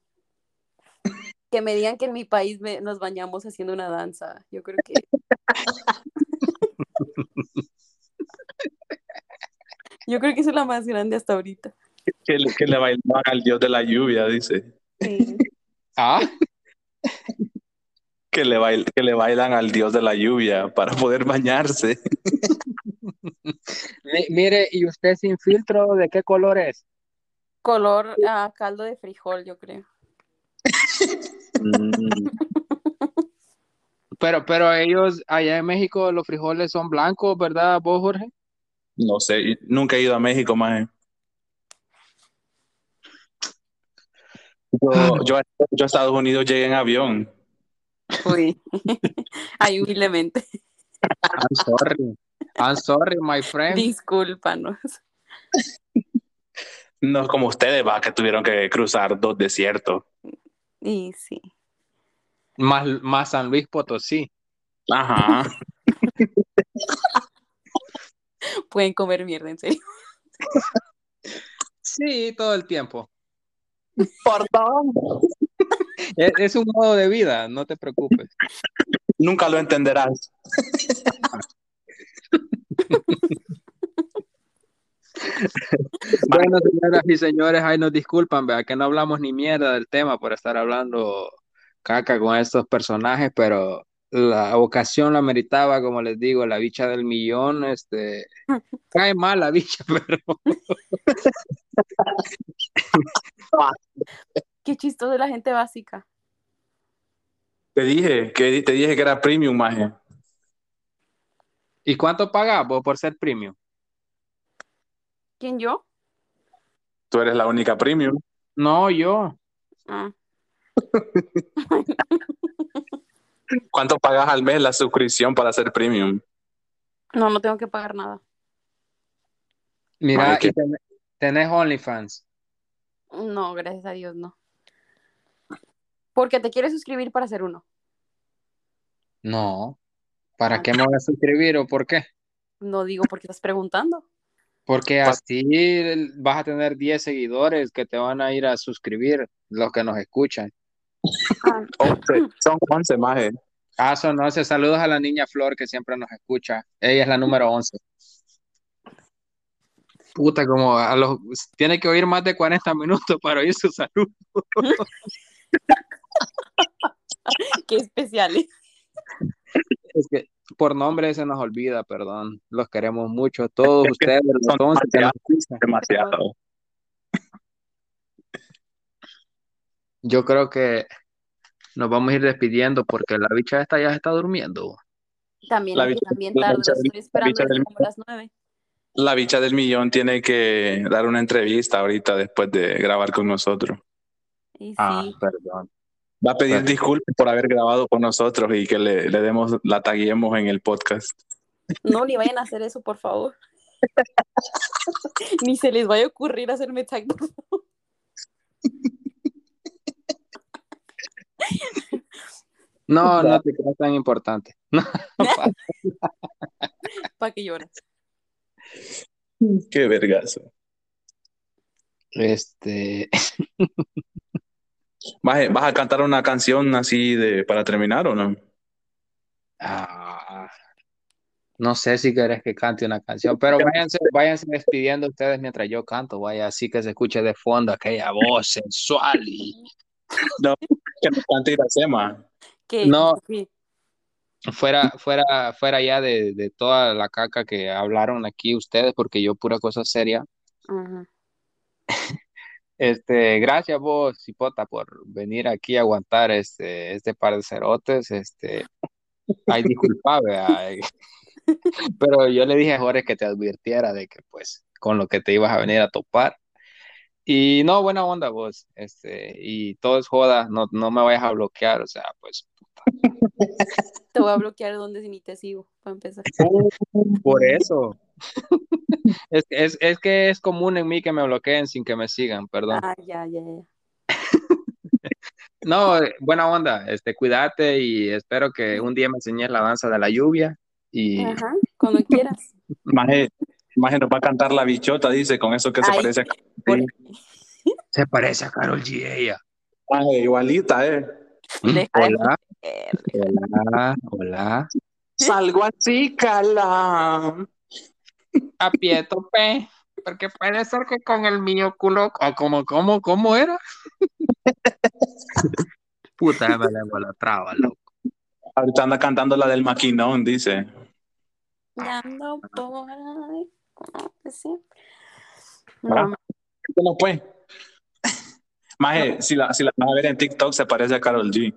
B: Que me digan que en mi país me- nos bañamos haciendo una danza. Yo creo que Yo creo que esa es la más grande hasta ahorita.
C: Que le, que le bailaban al dios de la lluvia, dice.
B: Sí.
A: Ah,
C: Que le, bail, que le bailan al dios de la lluvia para poder bañarse.
A: mi- mire, ¿y usted sin filtro de qué color es?
B: Color a caldo de frijol, yo creo.
A: Mm. Pero, pero ellos allá en México los frijoles son blancos, ¿verdad, vos, Jorge?
C: No sé, y nunca he ido a México, eh. maje. Yo, yo, yo a Estados Unidos llegué en avión.
B: Uy. Ay, humildemente.
A: I'm sorry. I'm sorry, my friend.
B: Discúlpanos.
C: No es como ustedes, va, que tuvieron que cruzar dos desiertos.
B: Y sí.
A: Más, más San Luis Potosí.
C: Ajá.
B: Pueden comer mierda, en serio.
A: Sí, todo el tiempo.
C: Por
A: Es, E, es un modo de vida, no te preocupes.
C: Nunca lo entenderás.
A: Bueno, señoras y señores, ahí nos disculpan, vea que no hablamos ni mierda del tema por estar hablando caca con estos personajes, pero la ocasión la meritaba, como les digo, la bicha del millón, este, cae mal la bicha, pero
B: Qué chistoso de la gente básica.
C: Te dije, que te dije que era premium, eh. maje.
A: ¿y cuánto pagas vos por ser premium?
B: ¿Quién yo?
C: Tú eres la única premium.
A: No, yo.
B: Ah,
C: ¿Cuánto pagas al mes la suscripción para ser premium?
B: No, no tengo que pagar nada.
A: Mira,
C: Ay, qué-
A: y ten- tenés OnlyFans.
B: No, gracias a Dios, no. Porque te quieres suscribir para hacer uno.
A: No. ¿Para
B: Ah.
A: qué me voy a suscribir o por qué?
B: No digo porque estás preguntando.
A: Porque
C: Pa-
A: así vas a tener 10 seguidores que te van a ir a suscribir, los que nos escuchan.
C: Once. Oh, eh. Son 11, maje.
A: Ah, son 11. Saludos a la niña Flor que siempre nos escucha. Ella es la número 11. Puta, como a los... Tiene que oír más de 40 minutos para oír su salud.
B: Qué especial.
A: Es que por nombre se nos olvida, perdón. Los queremos mucho. Todos
C: Es que
A: ustedes, los
C: Son
A: 11 que nos
C: demasiado.
A: escuchan.
C: demasiado.
A: Yo creo que nos vamos a ir despidiendo porque la bicha esta ya se está durmiendo.
B: También,
C: La
B: aquí
C: bicha-
B: también
C: la
B: tarde,
C: bicha
B: estoy
C: del-
B: esperando
C: bicha del-
B: desde como las nueve.
C: La bicha del millón tiene que dar una entrevista ahorita después de grabar con nosotros.
B: Y sí,
C: Ah, perdón. Va a pedir
D: Perdón.
C: disculpas por haber grabado con nosotros y que le, le demos, la taguemos en el podcast.
B: no ni vayan a hacer eso, por favor. ni se les vaya a ocurrir hacerme tag, por favor.
A: No, no te creas tan importante.
B: para que lloren.
C: Qué vergazo.
A: Este,
C: ¿Vas, a- vas a cantar una canción así de para terminar o no?
A: ah, no sé si querés que cante una canción, pero váyanse, váyanse despidiendo ustedes mientras yo canto, vaya, así que se escuche de fondo aquella voz sensual y
C: Que nos cante Iracema.
B: Que
A: No.
B: que-
A: fuera, fuera, fuera ya de, de toda la caca que hablaron aquí ustedes, porque yo pura cosa seria.
B: ajá.
A: Este, gracias vos, Cipota, por venir aquí a aguantar este, este par de cerotes. Este, ay, disculpa, vea, eh. Pero yo le dije a Jorge que te advirtiera de que, pues, con lo que te ibas a venir a topar. Y no, buena onda vos, este, y todo es joda, no, no me vayas a bloquear, o sea, pues,
B: Te voy a bloquear donde si ni te sigo, para empezar.
A: por eso. Es, es, es que es común en mí que me bloqueen sin que me sigan, perdón.
B: Ah, ya, ya, ya.
A: No, eh, buena onda, este, cuídate y espero que un día me enseñes la danza de la lluvia y
B: Ajá, cuando quieras.
C: Maje, Maje nos va a cantar la bichota, dice, con eso que se
B: Ay,
C: parece a
B: por-
A: se parece a Carol G ella.
C: Maje, igualita, ¿eh?
B: Deja de
A: Hola,
B: Eh,
A: hola, hola.
C: Salgo así, cala.
A: Aprieto P, porque puede ser que con el mío culo, o como, como, cómo era. Puta, ya me lengua la traba, loco.
C: Ahorita anda cantando la del maquinón, dice.
B: Y ando por ahí, como que siempre.
C: Ah.
B: No,
C: ¿Cómo fue? Maje, si la, si la vas a ver en TikTok, se parece a Carol G.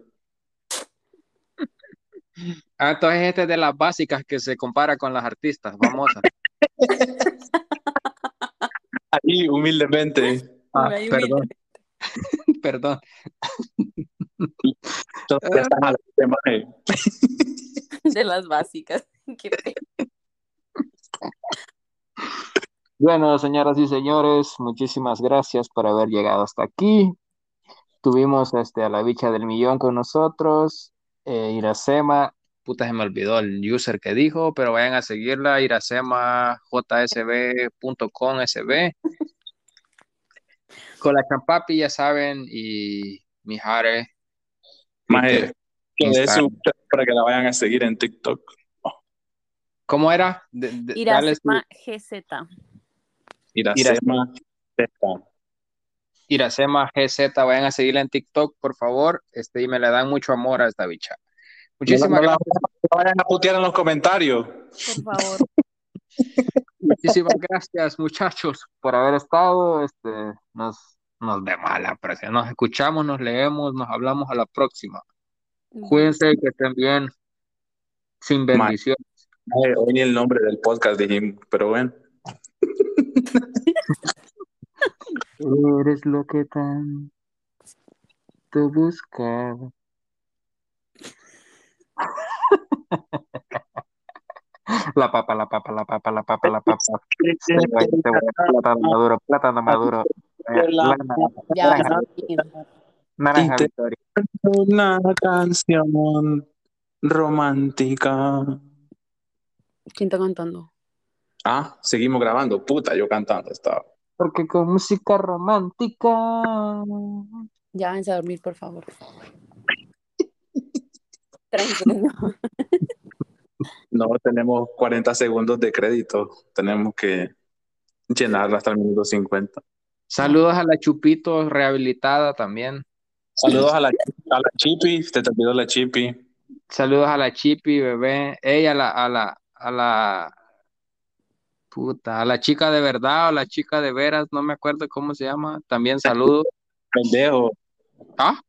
A: Ah, entonces este es de las básicas que se compara con las artistas famosas.
C: Ahí, humildemente.
A: Ah,
B: Ay,
A: perdón, perdón.
C: Entonces, ya estás al aire, maje.
B: de las básicas. Qué pe-
A: Bueno, señoras y señores, muchísimas gracias por haber llegado hasta aquí. Tuvimos este, a la bicha del millón con nosotros, eh, Iracema, puta se me olvidó el user que dijo, pero vayan a seguirla, iracemajsb.com.sb. Con la champapi ya saben, y Mijare,
C: Maje, que dé
A: Instagram.
C: su para que la vayan a seguir en TikTok.
A: ¿cómo era? De- de- dale su-
B: Irasema GZ.
C: Iracema.
A: Iracema GZ, vayan a seguirla en TikTok, por favor, este, y me le dan mucho amor a esta bicha.
C: Muchísimas
A: Muchísimas gracias.
C: vayan a putear en los comentarios.
B: Por favor,
A: Muchísimas gracias, muchachos, por haber estado. Este, nos, nos vemos a la próxima. Nos escuchamos, nos leemos, nos hablamos a la próxima. Cuídense, que estén bien. Sin
C: Ma-
A: bendición.
C: Maje, hoy ni el nombre del podcast dijimos, pero bueno.
A: Eres lo que tanto buscaba. La papa, la papa, la papa, la papa, Este, la papa. Cebolla, cebolla, plátano maduro, plátano maduro. Eh,
C: La-
A: plátano,
B: ya.
A: naranja,
B: sí.
A: naranja,
C: Inte-
A: Victoria.
C: Una canción romántica.
B: ¿Quién está cantando?
C: Ah, seguimos grabando. Puta, yo cantando estaba.
A: Porque con música romántica.
B: Ya váyanse a dormir, por favor. Tranquilo.
C: No tenemos 40 segundos de crédito. Tenemos que llenarla hasta el minuto 50.
A: Saludos a la Chupito rehabilitada también.
C: Saludos a la, a la Chipi. Te te pido la Chipi.
A: Saludos a la Chipi, bebé. Ella, a la, a la, a la. Puta, a la chica de verdad o la chica de veras, no me acuerdo cómo se llama. También saludos.
C: Pendejo.
A: Ah,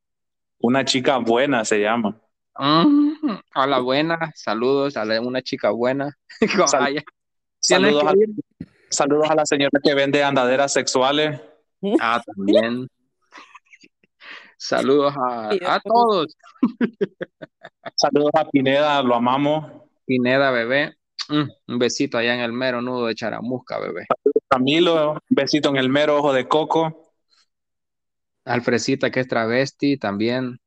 C: Una chica buena se llama.
A: Mm, hola, buena. Saludos a la- una chica buena. Como,
C: Sal-
A: ay, tienes
C: Saludos
A: que
C: a,
A: ir.
C: saludos a la señora que vende andaderas sexuales.
A: Ah, también. Saludos a,
B: Sí,
A: a
B: es como-
A: todos.
C: Saludos a Pineda, lo amamos.
A: Pineda, bebé. Mm, un besito allá en el mero nudo de Charamusca, bebé.
C: Camilo, besito en el mero ojo de coco.
A: Alfresita, que es travesti, también.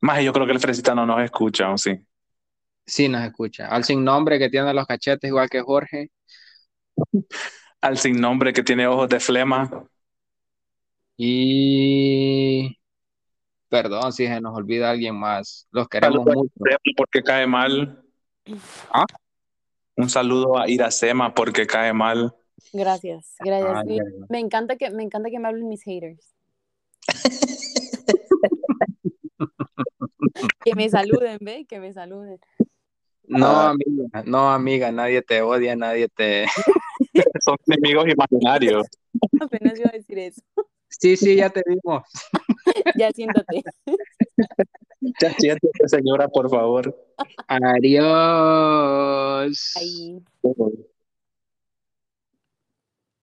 C: Más yo creo que el fresita no nos escucha, ¿o sí?
A: Sí, nos escucha. Al sin nombre que tiene los cachetes, igual que Jorge.
C: Al sin nombre que tiene ojos de flema.
A: Y. Perdón si se nos olvida alguien más. Los queremos
C: Saludos.
A: mucho.
C: porque cae mal.
A: Ah.
C: Un saludo a Iracema porque cae mal.
B: Gracias, gracias.
A: Ay,
B: Y
A: bebé.
B: me encanta que me encanta que me hablen mis haters. que me saluden, ve, que me saluden.
A: No,
C: Ah.
A: amiga, no, amiga, nadie te odia, nadie te.
C: Son enemigos imaginarios.
B: Apenas iba a decir eso.
A: Sí, sí, ya te vimos.
B: Ya siéntate.
C: Ya siéntese, señora, por favor.
A: Adiós.
B: Ahí.